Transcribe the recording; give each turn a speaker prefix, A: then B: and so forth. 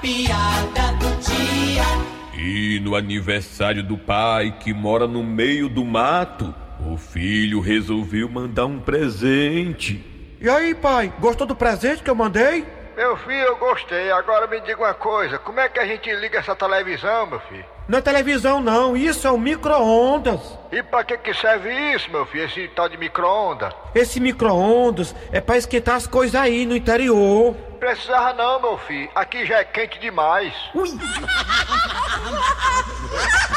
A: piada do dia.
B: E no aniversário do pai que mora no meio do mato, o filho resolveu mandar um presente.
C: E aí, pai, gostou do presente que eu mandei?
D: Meu filho, eu gostei. Agora me diga uma coisa: como é que a gente liga essa televisão, meu filho?
C: Não é televisão, não. Isso é um micro-ondas.
D: E pra que que serve isso, meu filho? Esse tal de micro-onda?
C: Esse micro-ondas é pra esquentar as coisas aí no interior.
D: Precisava não, meu filho. Aqui já é quente demais.